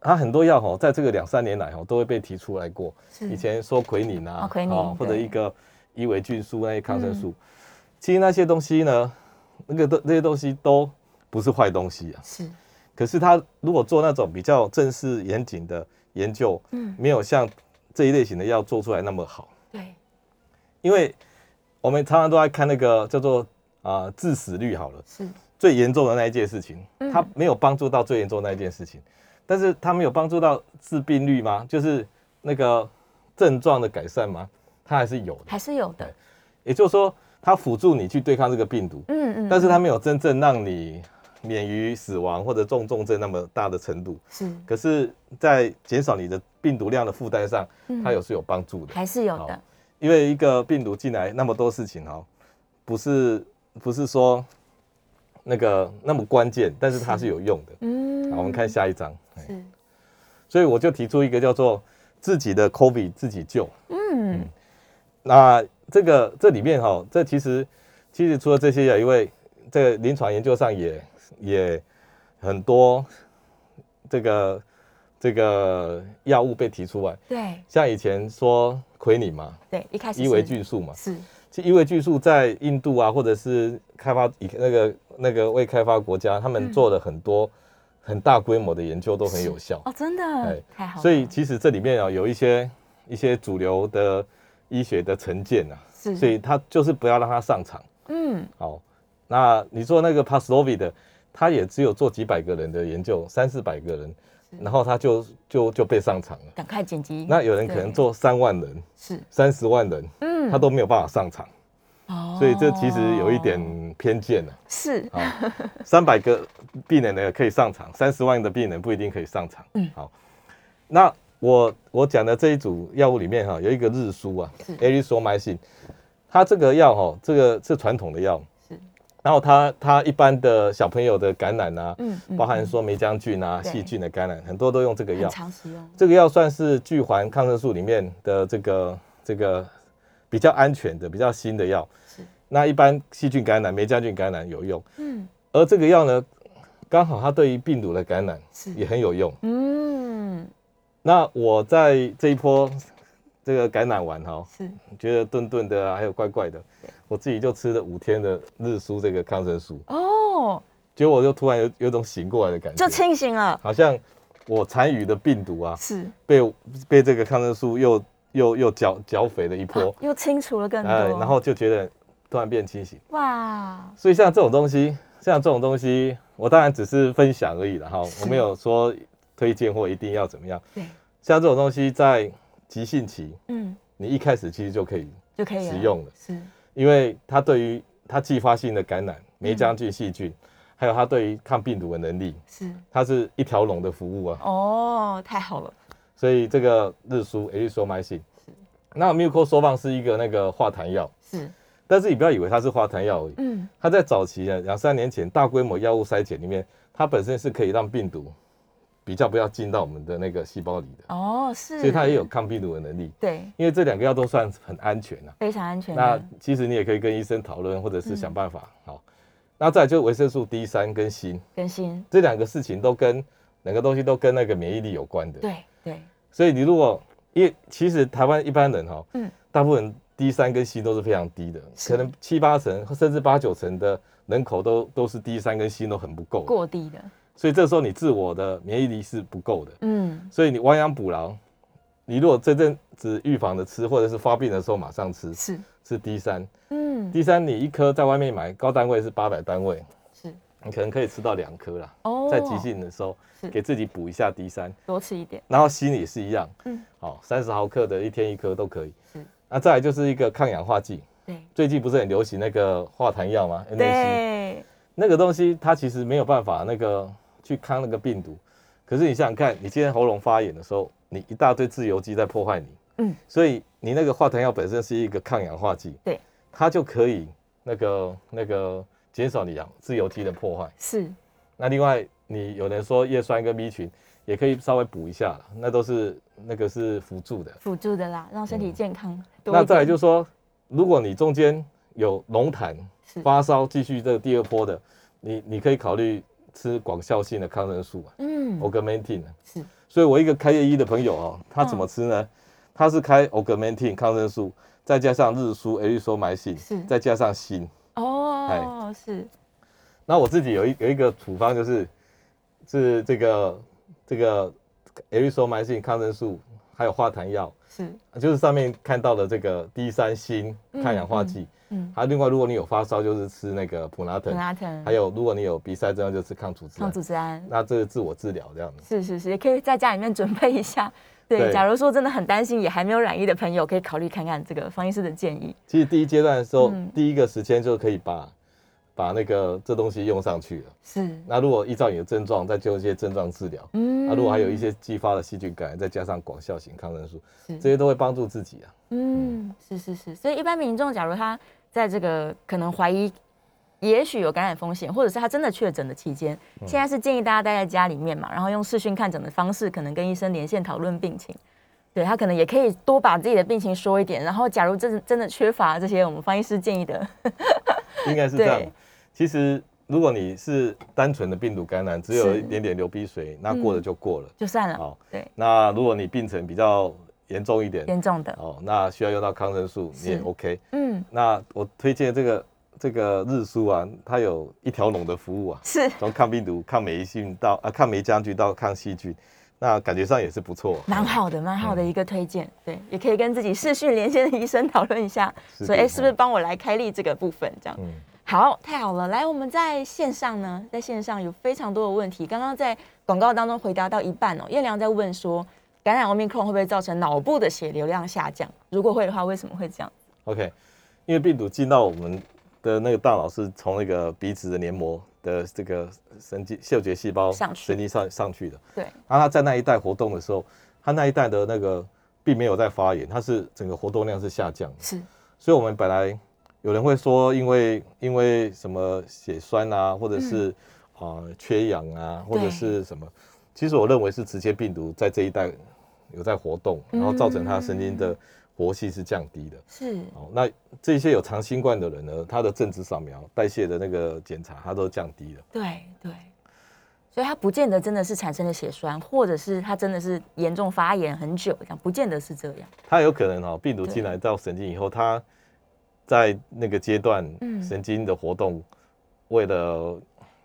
它很多药哈，在这个两三年来哈，都会被提出来过。
是
以前说奎宁啊，
嗯哦奎宁
或者
对嗯
一个伊维菌素那些抗生素，其实那些东西呢，那个都那些东西都不是坏东西啊。
是，
可是它如果做那种比较正式严谨的研究，
嗯
没有像这一类型的药做出来那么好。
对，
因为我们常常都在看那个叫做啊、呃致死率好了，
是
最严重的那一件事情，它没有帮助到最严重的那一件事情，但是它没有帮助到致病率吗？就是那个症状的改善吗？它还是有的，
还是有的，
也就是说，它辅助你去对抗这个病毒，
嗯嗯，
但是它没有真正让你免于死亡或者重重症那么大的程度。
是
可是，在减少你的病毒量的负担上，它有是有帮助的。
还是有的，
因为一个病毒进来那么多事情哦，不是不是说那个那么关键，但是它是有用的。
嗯，
好，我们看下一章。哎
是，
所以我就提出一个叫做自己的 COVID 自己救。
嗯
那这个这里面哈、哦这其实其实除了这些，有一位在临床研究上也也很多这个这个药物被提出来，
对
像以前说奎宁嘛，
对，一开始
伊维菌素嘛，
是
其实伊维菌素在印度啊，或者是开发已那个那个未开发国家，他们做了很多、很大规模的研究，都很有效。
嗯哦，真的
哎
太好了，
所以其实这里面啊，有一些一些主流的医学的成见啊，
是
所以他就是不要让他上场。
嗯
好，那你做那个 Paxlovid 的，他也只有做几百个人的研究，三四百个人，然后他就就就被上场了。
赶快剪辑，
那有人可能做三万人、
是
三十万人，
嗯
他都没有办法上场。所以这其实有一
哦
点偏见了、
是
啊。三百个病人呢可以上场，三十万的病人不一定可以上场。
嗯
好，那我我讲的这一组药物里面哈、有一个日苏啊
是
a r i s o m y c i n 它这个药哈、这个是传统的药
是。
然后它它一般的小朋友的感染啊，
嗯嗯
包含说霉菌菌啊、
对
细菌的感染，很多都用这个
很
药。
常使用，
这个药算是聚环抗生素里面的这个这个比较安全的、比较新的药
是。
那一般细菌感染、霉菌感染有用，
嗯
而这个药呢，刚好它对于病毒的感染
是
也很有用。
嗯
那我在这一波这个感染完哈、
是
觉得顿顿的啊，还有怪怪的，我自己就吃了五天的日苏这个抗生素，
哦，
结果我就突然有有种醒过来的感觉，
就清醒了，
好像我残余的病毒啊，
是
被被这个抗生素又又又剿剿匪了一波，
又清楚了更啊多，
哎，然后就觉得突然变清醒。
哇，
所以像这种东西，像这种东西，我当然只是分享而已了哈，
是
我没有说推荐或一定要怎么样。
对，
像这种东西在急性期，
嗯
你一开始其实就可以，
就可以啊了
使用了
是
因为它对于它继发性的感染、霉菌菌、细菌，还有它对于抗病毒的能力，
是
它是一条龙的服务啊。
哦，太好了，
所以这个日苏 A 说 m y c 那 mucosolvan 是一个那个化痰药，
是
但是你不要以为它是化痰药 而已，
嗯
它在早期啊两三年前大规模药物筛检里面，它本身是可以让病毒比较不要进到我们的那个细胞里的，
哦是，
所以它也有抗病毒的能力。
对
因为这两个药都算很安全啊。
非常安全
那
的，
其实你也可以跟医生讨论，或者是想办法。好，那再来就维生素 D 三跟锌
更新
这两个事情都跟两个东西都跟那个免疫力有关的。
对对
所以你如果因为其实台湾一般人哈，
嗯
嗯，大部分 D 三跟 C 都是非常低的，
是
可能七八成甚至八九成的人口都都是 D 三跟 C 都很不够的，
过低的，
所以这时候你自我的免疫力是不够的，
嗯
所以你亡羊补牢，你如果真正只预防的吃，或者是发病的时候马上吃，
是
吃 D 三
嗯
，D 三你一颗在外面买高单位是八百单位，
是
你可能可以吃到两颗啦，
哦
在急性的时候
是
给自己补一下 D 三。
多吃一点
然后锌也是一样，
嗯
嗯，好、三十毫克的一天一颗都可以
是。
那再来就是一个抗氧化剂，
对
最近不是很流行那个化痰药吗？NAC
对
那个东西它其实没有办法那个去抗那个病毒，可是你想想看，你今天喉咙发炎的时候，你一大堆自由基在破坏你，
嗯
嗯，所以你那个化痰药本身是一个抗氧化剂，
对，
它就可以那个那个减少你氧自由基的破坏。
是
那另外，你有人说叶酸跟 B 群也可以稍微补一下啦，那都是那个是辅助的。
辅助的啦，让身体健康多一点，
嗯那再来就是说，如果你中间有龙痰
是、
发烧，继续这个第二波的，你你可以考虑吃广效性的抗生素啊
嗯
o g a m e n t i n
是
所以我一个开业医的朋友哦，他怎么吃呢？
嗯
他是开 o g a m e n t i n 抗生素，再加上日苏 A 索埋信
是，
再加上锌。哎
哦是
那我自己有一有一个处方，就是是这个这个 erythromycin 抗生素还有化痰药，
是，
就是上面看到的这个 D 三锌抗氧化剂。
嗯，
还有另外，如果你有发烧，就是吃那个普拿
普
疼，
拉腾，
还有如果你有鼻塞症，那就是抗组织
抗组织胺，
那这是自我治疗这样子。
是是是，也可以在家里面准备一下。对，
对
假如说真的很担心，也还没有染疫的朋友，可以考虑看看这个方医师的建议。
其实第一阶段的时候，
嗯
第一个时间就可以把把那个这东西用上去了。
是，
那如果依照你的症状，再就一些症状治疗。啊
嗯
那如果还有一些继发的细菌感染，再加上广效型抗生素，
是
这些都会帮助自己 啊。
嗯，是是是，所以一般民众假如他在这个可能怀疑，也许有感染风险，或者是他真的确诊的期间，现在是建议大家待在家里面嘛，然后用视讯看诊的方式，可能跟医生连线讨论病情。对他可能也可以多把自己的病情说一点，然后假如真的真的缺乏这些我们方医师建议的，
应该是这样
对。
其实如果你是单纯的病毒感染，只有一点点流鼻水，那过了就过了。
就算了。
好，
对，
那如果你病程比较严重一点，
严重的，
哦，那需要用到抗生素你也
是
OK。
嗯，
那我推荐这个这个日舒啊，它有一条龙的服务啊，
是
从抗病毒、抗霉菌到啊抗霉菌菌到抗细菌，那感觉上也是不错。啊
蛮好的，蛮好的一个推荐。对，也可以跟自己视讯连线的医生讨论一下，
是嗯
说哎、
的
是不是帮我来开立这个部分这样？
嗯，
好，太好了！来，我们在线上呢，在线上有非常多的问题。刚刚在广告当中回答到一半哦，燕良在问说，感染 Omicron 会不会造成脑部的血流量下降？如果会的话，为什么会这样？
OK，因为病毒进到我们的那个大脑是从那个鼻子的黏膜的这个神经嗅觉细胞
上去
神经上上去的。
对，
然后它在那一带活动的时候，它那一带的那个并没有在发炎，它是整个活动量是下降的。
是
所以我们本来有人会说，因为因为什么血栓啊，或者
嗯
是啊、呃缺氧啊，或者是什么，其实我认为是直接病毒在这一带有在活动，然后造成它神经
嗯
的活性是降低的。
是，
哦，那这些有长新冠的人呢，他的正子扫描代谢的那个检查，它都降低了。
对对。所以它不见得真的是产生了血栓，或者是它真的是严重发炎很久，这样不见得是这样。
它有可能哦，病毒
对
进来到神经以后，它在那个阶段
嗯，
神经的活动为了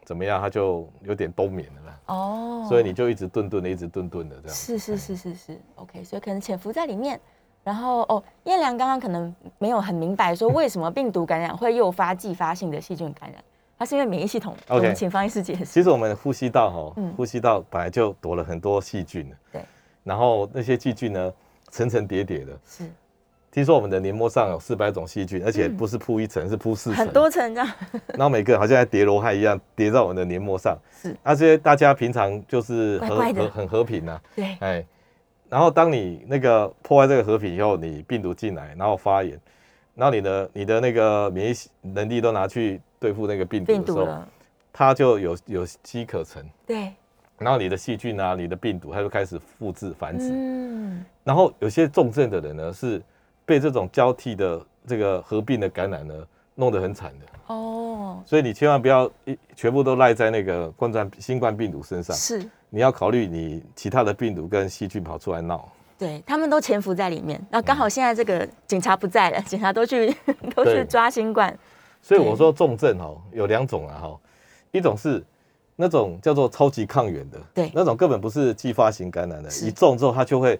怎么样，它就有点冬眠了啦。
哦
所以你就一直顿顿的，一直顿顿的这样。哎
是是是是是，OK，所以可能潜伏在里面。然后哦，燕良刚刚可能没有很明 白说为什么病毒感染会诱发继发性的细菌感染，它是因为免疫系统。我
OK
们请方医师解释。
其实我们呼吸道哈、
嗯
呼吸道本来就躲了很多细菌的
对。
然后那些细菌呢，层层叠叠的。
是
听说我们的黏膜上有四百种细菌，而且不是铺一层，是铺四层。
嗯很多层这 样。
然后每个好像在叠罗汉一样叠在我们的黏膜上。
是，
那这些大家平常就是
怪
和
怪的
和很和平啊，
对，
哎。然后当你那个破坏这个和平以后，你病毒进来，然后发炎，然后你的你的那个免疫能力都拿去对付那个病毒
病
的时
毒
候，
了。
它就有有机可乘，
对，
然后你的细菌啊、你的病毒，它就开始复制繁殖。
嗯，
然后有些重症的人呢，是被这种交替的这个合并的感染呢，弄得很惨的。
哦，
所以你千万不要一全部都赖在那个冠状新冠病毒身上，
是，
你要考虑你其他的病毒跟细菌跑出来闹。
对他们都潜伏在里面。那刚好现在这个警察不在了，警察都去 都去
嗯对
抓新冠。
所以我说重症哦，有两种啊哈，一种是那种叫做超级抗原的，
对
那种根本不是继发型感染的，
是
一中之后它就会。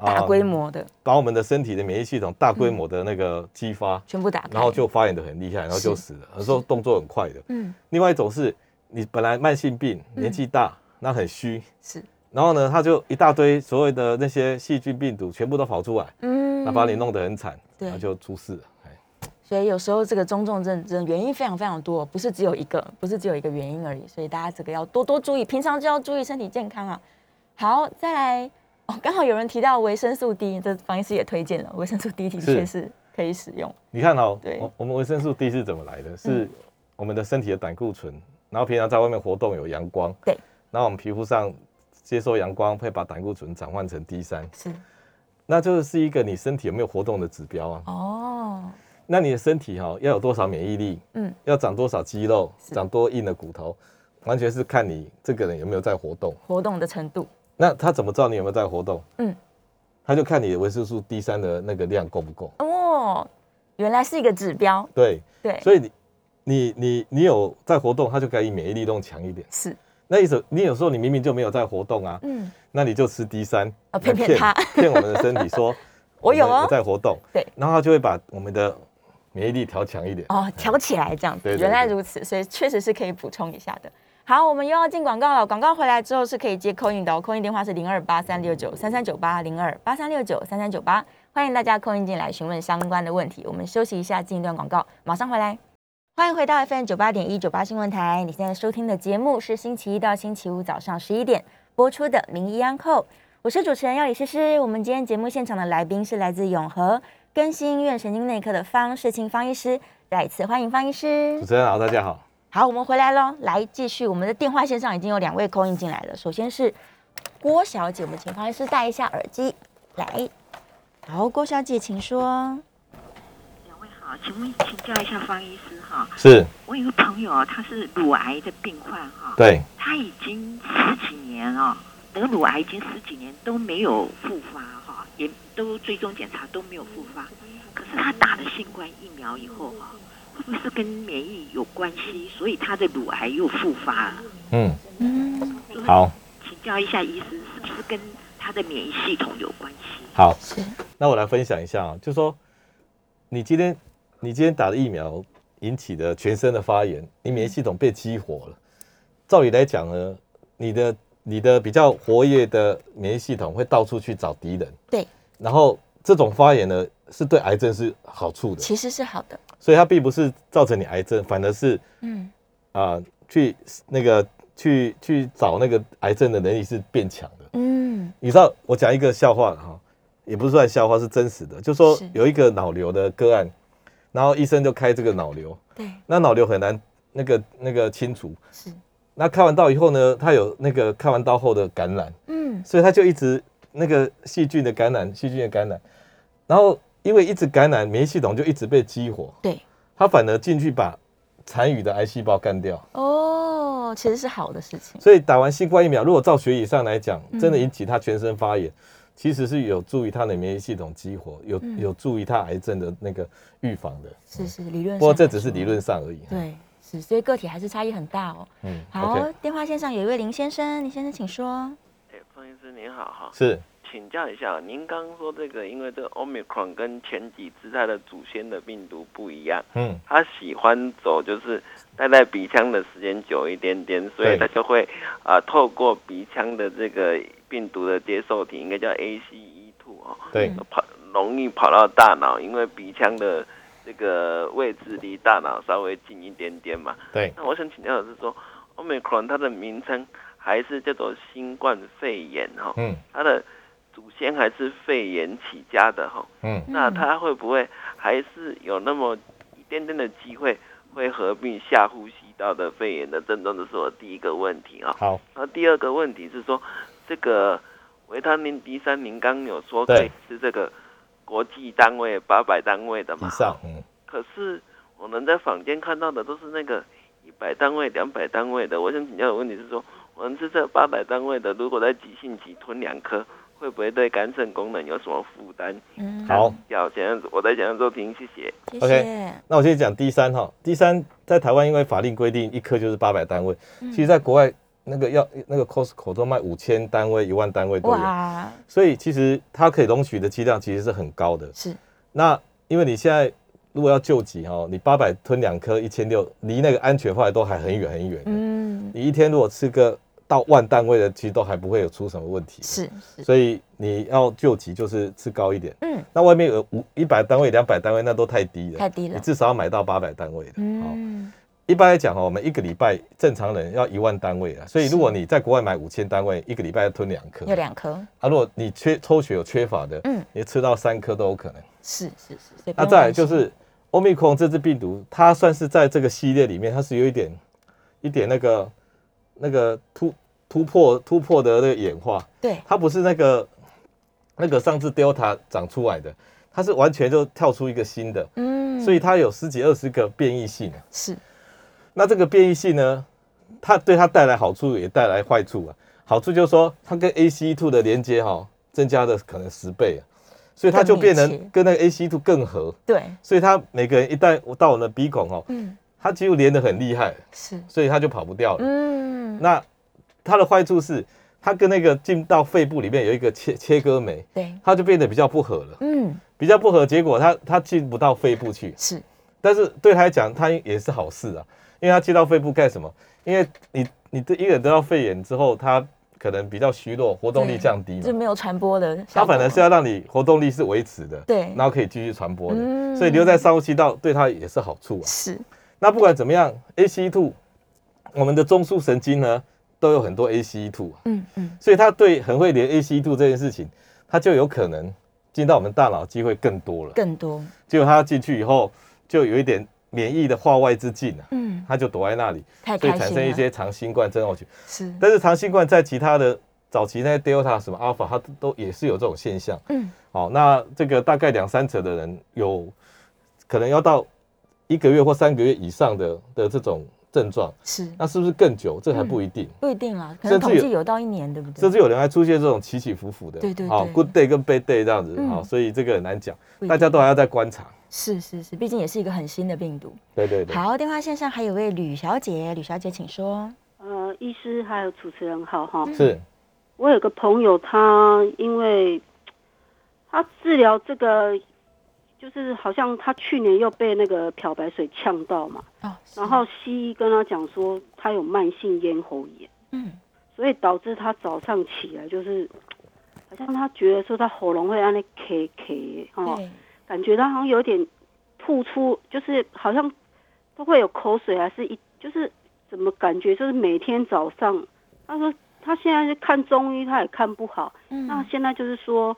大
啊
规模嗯的
把我们的身体的免疫系统大规模的那个激发，
全部打开，
然后就发炎的很厉害，然后就是死了。有时候动作很快的。
嗯
另外一种是你本来慢性病，
嗯
年纪大，那很虚，
是
然后呢，它就一大堆所有的那些细菌病毒全部都跑出来，
嗯
那把你弄得很惨，
对
然后就出事了。哎
所以有时候这个中重症真的原因非常非常多，不是只有一个，不是只有一个原因而已。所以大家这个要多多注意，平常就要注意身体健康啊。好，再来哦，刚好有人提到维生素 D，这方医师也推荐了，维生素 D 的确是可以使用。
你看哦
对，嗯
我我们维生素 D 是怎么来的？是我们的身体的胆固醇，然后平常在外面活动有阳光，
对，
然后我们皮肤上接受阳光会把胆固醇转换成 D 三，
是
那就是一个你身体有没有活动的指标啊。
哦，
那你的身体哈、哦要有多少免疫力，
嗯，
要长多少肌肉，长多硬的骨头，完全是看你这个人有没有在活动。
活动的程度
那他怎么知道你有没有在活动？
嗯，
他就看你的维生素 D 三的那个量够不够。
哦，原来是一个指标，
对，
对，
所以你你你你有在活动，他就给你免疫力弄强一点。
是
那意思你有时候你明明就没有在活动啊，
嗯，
那你就吃 D 三
啊骗骗他
骗我们的身体说
我有哦
们在活动，
对，
然后他就会把我们的免疫力调强一点。
哦，挑起来这样子，
对对
原来
对
如此，所以确实是可以补充一下的。好，我们又要进广告了。广告回来之后是可以接扣印的、哦，扣印电话是零二八三六九三三九八零二八三六九三三九八，欢迎大家扣印进来询问相关的问题。我们休息一下，进一段广告，马上回来。欢迎回到 FM 九八点一九八新闻台，你现在收听的节目是星期一到星期五早上十一点播出的《名医安扣》，我是主持人药理诗诗。我们今天节目现场的来宾是来自永和更新医院神经内科的方世清方医师，再一次欢迎方医师
主。持人好，大家好。
好，我们回来喽，来继续，我们的电话线上已经有两位空音进来了，首先是郭小姐，我们请方医师戴一下耳机来。好，郭小姐，请说。
两位好，请问请教一下方医师哈，
是
我有个朋友，啊他是乳癌的病患哈，
对，
他已经十几年哦，得乳癌已经十几年都没有复发哈，也都追踪检查都没有复发，可是他打了新冠疫苗以后哈，会不会是跟免疫有关系，所以他的乳癌又复发了？
嗯，
嗯，
就是
好
请教一下医师，是不是跟他的免疫系统有关系？
好，
是，
那我来分享一下啊，就说你今天你今天打的疫苗引起的全身的发炎，你免疫系统被激活了。照理来讲呢，你的你的比较活跃的免疫系统会到处去找敌人，
对，
然后这种发炎呢是对癌症是好处的，
其实是好的。
所以它并不是造成你癌症，反而是
嗯，
啊、去那个去去找那个癌症的能力是变强的。
嗯，
你知道我讲一个笑话哈，也不是算笑话，是真实的。就说
是
有一个脑瘤的个案，然后医生就开这个脑瘤，
对，
那脑瘤很难那个那个清除。
是，
那开完刀以后呢，他有那个开完刀后的感染，
嗯，
所以他就一直那个细菌的感染，细菌的感染，然后因为一直感染，免疫系统就一直被激活，
对，
他反而进去把残余的癌细胞干掉。
哦，其实是好的事情。
所以打完新冠疫苗，如果照学理上来讲
嗯，
真的引起他全身发炎，其实是有助于他的免疫系统激活，有、
嗯
有助于他癌症的那个预防的。
是是，理论上来说。
不过这只是理论上而已。，
对，是，所以个体还是差异很大哦。
嗯
嗯好
OK，
电话线上有一位林先生，林先生请说。嗯
哎，方医师您好哈，
是
请教一下，您刚刚说这个，因为这个 Omicron 跟前几次它的祖先的病毒不一样，
嗯
它喜欢走就是待在鼻腔的时间久一点点，所以它就会啊、呃透过鼻腔的这个病毒的接受体，应该叫 ACE2 哦，
对
嗯
跑容易跑到大脑，因为鼻腔的这个位置离大脑稍微近一点点嘛，
对
那我想请教的是说，Omicron 它的名称还是叫做新冠肺炎哦哈、
嗯
它的祖先还是肺炎起家的哈、
嗯
那它会不会还是有那么一点点的机会会合并下呼吸道的肺炎的症状？这是我第一个问题啊、
好
那第二个问题是说，这个维他命 D 三，您刚有说
对
可以是这个国际单位八百单位的嘛？
以上嗯
可是我们在坊间看到的都是那个一百单位、两百单位的。我想请教的问题是说，我们吃这八百单位的，如果在急性期吞两颗，会不会对肝肾功能有什么负担？
嗯，
好。
要想要我在想象中听，谢谢。
谢
OK
谢。
那我先讲第三哈，第三在台湾因为法令规定一颗就是八百单位，
嗯
其实在国外那个药那个 Costco 都卖五千单位、一万单位都有，
哇，
所以其实它可以容许的剂量其实是很高的。
是
那因为你现在如果要救急哦，你八百吞两颗一千六，离那个安全范围都还很远很远。
嗯，
你一天如果吃个到万单位的，其实都还不会有出什么问题。，
是是，
所以你要救急就是吃高一点。
嗯，
那外面有五一百单位、两百单位，那都太低了，
太低了
你至少要买到八百单位的。哦，
嗯，
一般来讲哦，我们一个礼拜正常人要一万单位啊，所以如果你在国外买五千单位，一个礼拜要吞两颗。
有两颗，
啊，如果你缺抽血有缺乏的，
嗯，
你吃到三颗都有可能。
是是是，所以不
那
用
再来
担
就
心
是欧密克戎这只病毒，它算是在这个系列里面，它是有一点一点那个那个突突破突破的那个演化，
对，
它不是那个那个上次 Delta 长出来的，它是完全就跳出一个新的，
嗯，
所以它有十几二十个变异性。啊
是
那这个变异性呢，它对它带来好处也带来坏处啊。好处就是说，它跟 ACE2 的连接哈、增加了可能十倍啊，所以它就
更密
变
切
成跟那个 ACE2 更合。
对，
所以他每个人一旦到我们的鼻孔哦，
嗯，
他几乎连得很厉害，
是，
所以他就跑不掉了。
嗯，
那它的坏处是它跟那个进到肺部里面有一个切切割酶，
对，
它就变得比较不合了，
嗯，
比较不合，结果它它进不到肺部去，
是，
但是对他来讲，他也是好事啊，因为他接到肺部干什么？因为你你的一个人得到肺炎之后，他可能比较虚弱，活动力降低
就
嘛，
没有传播的效
嗯他
果嘛。
反而是要让你活动力是维持的，
对
然后可以继续传播的，
嗯
所以留在上呼吸道对他也是好处啊。
是
那不管怎么样，ACE two，我们的中枢神经呢都有很多 ACE two 啊，
嗯嗯，
所以他对很会连 ACE two 这件事情，他就有可能进到我们大脑机会更多了。
更多，
结果他进去以后，就有一点免疫的化外之境啊。
嗯，
他就躲在那里，
太
所以
开
产
心
生一
了
些长新冠症候群。
是，
但是长新冠在其他的早期那些 Delta 什么 Alpha，它都也是有这种现象。
嗯，
好，那这个大概两三成的人有可能要到一个月或三个月以上的的这种症状，
是
那是不是更久？这还不一定。
不一定啦，可能
甚至
统
有
计有到一年，对不对？
甚至有人还出现这种起起伏伏的，
对对
好
对
，good day 跟 bad day 这样子，
嗯
好，所以这个很难讲
不，一定
大家都还要再观察。
是是是，毕竟也是一个很新的病毒。
对对对，
好，电话线上还有位吕小姐，吕小姐请说。
呃，医师还有主持人好哈。
是，
我有个朋友，他因为他治疗这个，就是好像他去年又被那个漂白水呛到嘛，
哦，
然后西医跟他讲说他有慢性咽喉炎，
嗯，
所以导致他早上起来就是。好像他觉得说他喉咙会按那咳咳哦，
对，
感觉他好像有点吐出，就是好像都会有口水，啊还是一就是怎么感觉就是每天早上，他说他现在是看中医，他也看不好，那
嗯，
现在就是说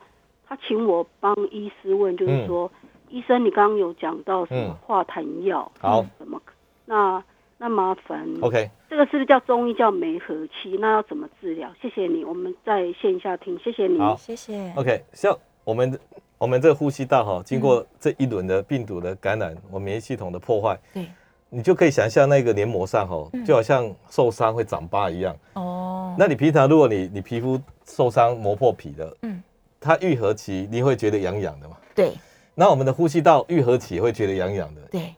他请我帮医师问，就是说、医生你刚刚有讲到什么
嗯
化痰药，
好
什么那那麻烦
，OK，
这个是不是叫中医叫梅核气？那要怎么治疗？谢谢你，我们在线下听，谢谢你。
好
谢谢。
OK，像我们我们这个呼吸道
嗯
哈，经过这一轮的病毒的感染，我免疫系统的破坏，
对，嗯
你就可以想象那个黏膜上哈，就好像受伤会长疤一样。
哦，
那你平常如果你你皮肤受伤磨破皮了，
嗯
嗯，它愈合期你会觉得痒痒的嘛？
对
那我们的呼吸道愈合期也会觉得痒痒的，
对，嗯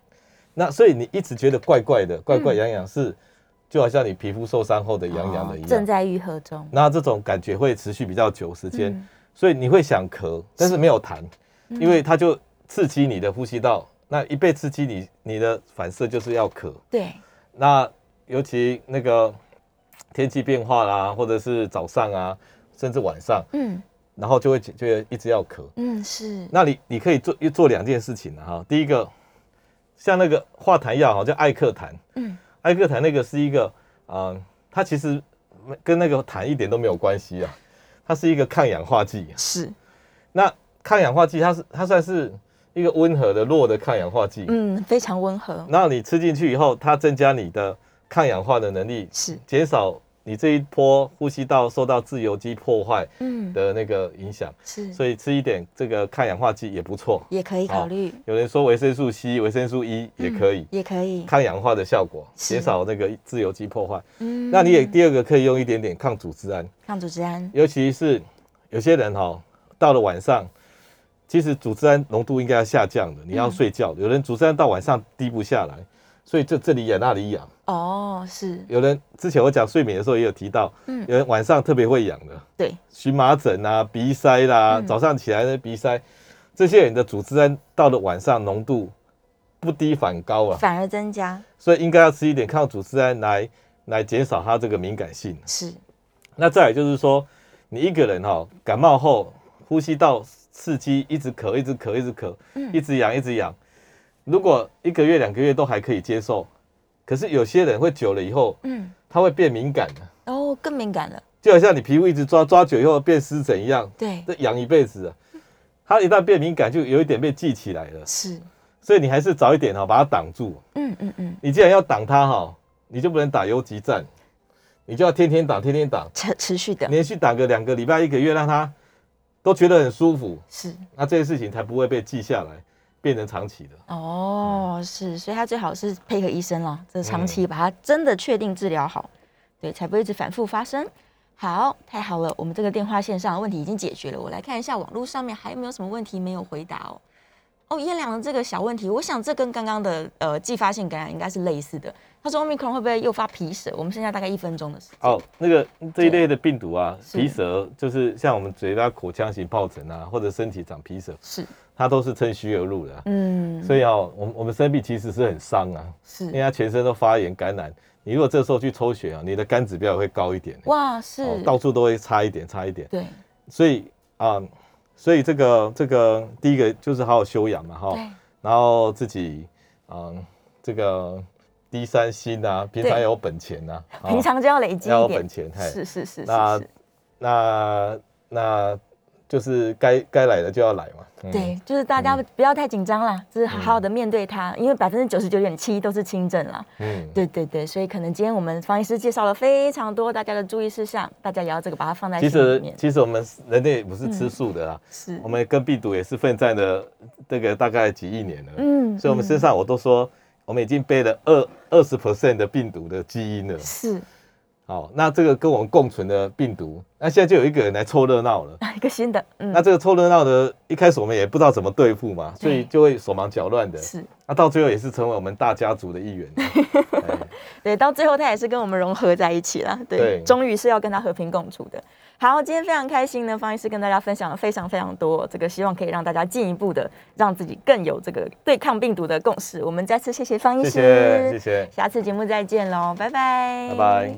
那所以你一直觉得怪怪的，怪怪痒痒是就好像你皮肤受伤后的痒痒的
哦
一样。
正在愈合中。
那这种感觉会持续比较久时间，
嗯
所以你会想咳，但是没有痰，因为它就刺激你的呼吸道。那一被刺激你，你的反射就是要咳。
对，
那尤其那个天气变化啦，或者是早上啊，甚至晚上，
嗯
然后就会觉得一直要咳。
嗯，是，
那你你可以做做两件事情啊哈。第一个，像那个化痰药哈，叫艾克痰，
嗯，
艾克痰那个是一个，啊、它其实跟那个痰一点都没有关系啊，它是一个抗氧化剂。啊
是，
那抗氧化剂它是它算是一个温和的弱的抗氧化剂，
嗯，非常温和，
那你吃进去以后，它增加你的抗氧化的能力，
是，
减少你这一波呼吸道受到自由基破坏
嗯，
的那个影响，
是，
所以吃一点这个抗氧化剂也不错。
也可以考
好
虑，
有人说维生素 C、维生素 E 也可以，
也可以，
抗氧化的效果，
嗯是
减少那个自由基破坏。
嗯
那你也第二个可以用一点点抗组织胺，
抗组织胺，
尤其是有些人哈、到了晚上，其实组织胺浓度应该要下降的，你
嗯
要睡觉的。有人组织胺到晚上低不下来，所以就这里痒那里痒。
哦，是，
有人之前我讲睡眠的时候也有提到，
嗯
有人晚上特别会痒的，
对，
荨麻疹啊、鼻塞啦、
嗯
早上起来的鼻塞，这些人的组织胺到了晚上浓度不低反高啊，
反而增加，
所以应该要吃一点抗组织胺来来减少它这个敏感性。
是，
那再来就是说，你一个人哈、感冒后呼吸道刺激，一直咳，一直咳，一直咳，
嗯
一直痒，一直痒。如果一个月、两个月都还可以接受，可是有些人会久了以后，
嗯，
他会变敏感的，
哦，更敏感了，
就好像你皮肤一直抓抓久以后变湿疹一样，
对，
这痒一辈子啊。他一旦变敏感，就有一点被记起来了，
是，
所以你还是早一点哈、把它挡住。
嗯嗯嗯，
你既然要挡它哈、你就不能打游击战，你就要天天挡，天天挡。
持持续的，
连续打个两个礼拜、一个月，让他都觉得很舒服，
是，
那这些事情才不会被记下来，变成长期的。
哦，是，所以他最好是配合医生了，这长
嗯
期把它真的确定治疗好，对，才不会一直反复发生。好，太好了，我们这个电话线上的问题已经解决了。我来看一下网络上面还有没有什么问题没有回答哦。哦，咽凉的这个小问题，我想这跟刚刚的呃继发性感染应该是类似的。他说 Omicron 会不会诱发皮疹？我们剩下大概一分钟的时间。
哦，那个这一类的病毒啊，
是
皮蛇就是像我们嘴巴、口腔型疱疹啊，或者身体长皮蛇，
是，
它都是趁虚而入的啊、
嗯，
所以哦，我们我们生病其实是很伤啊，因为
是，
它全身都发炎感染。你如果这时候去抽血啊，你的肝指标也会高一点，
哇，是，
哦，到处都会差一点，差一点。
对
所以啊、所以这个这个第一个就是好好休养嘛，哈，
对，
然后自己啊、这个低三心啊，平常
对
也有本钱呐、啊，
平常就要累积
要
一
有
点
本，钱，嘿
是是是是
那
是，
那那就是该该来的就要来嘛。嗯、
对，就是大家不要太紧张啦，就是好好的面对它，因为百分之九十九点七都是轻症啦。
嗯，
对对对，所以可能今天我们方医师介绍了非常多大家的注意事项，大家也要这个把它放在
其
心嗯里
实
面。
其实我们人类不是吃素的啦，啊
是
我，们跟病毒也是奋战了这个大概几亿年了。
嗯
所以我们身
嗯
上我都说，我们已经背了二二十 percent 的病毒的基因了。
是
好，那这个跟我们共存的病毒，那现在就有一个人来凑热闹了。
一个新的，嗯
那，这个凑热闹的，一开始我们也不知道怎么对付嘛，所以
对
就会手忙脚乱的。
是
那到最后也是成为我们大家族的一员。哎
对，到最后它也是跟我们融合在一起啦。对
对，
终于是要跟它和平共处的。好，今天非常开心呢，方医师跟大家分享了非常非常多，这个希望可以让大家进一步的让自己更有这个对抗病毒的 共识。我们再次谢谢方医哎
谢
师，
谢，谢谢，
下次节目再见喽，拜拜，
拜拜。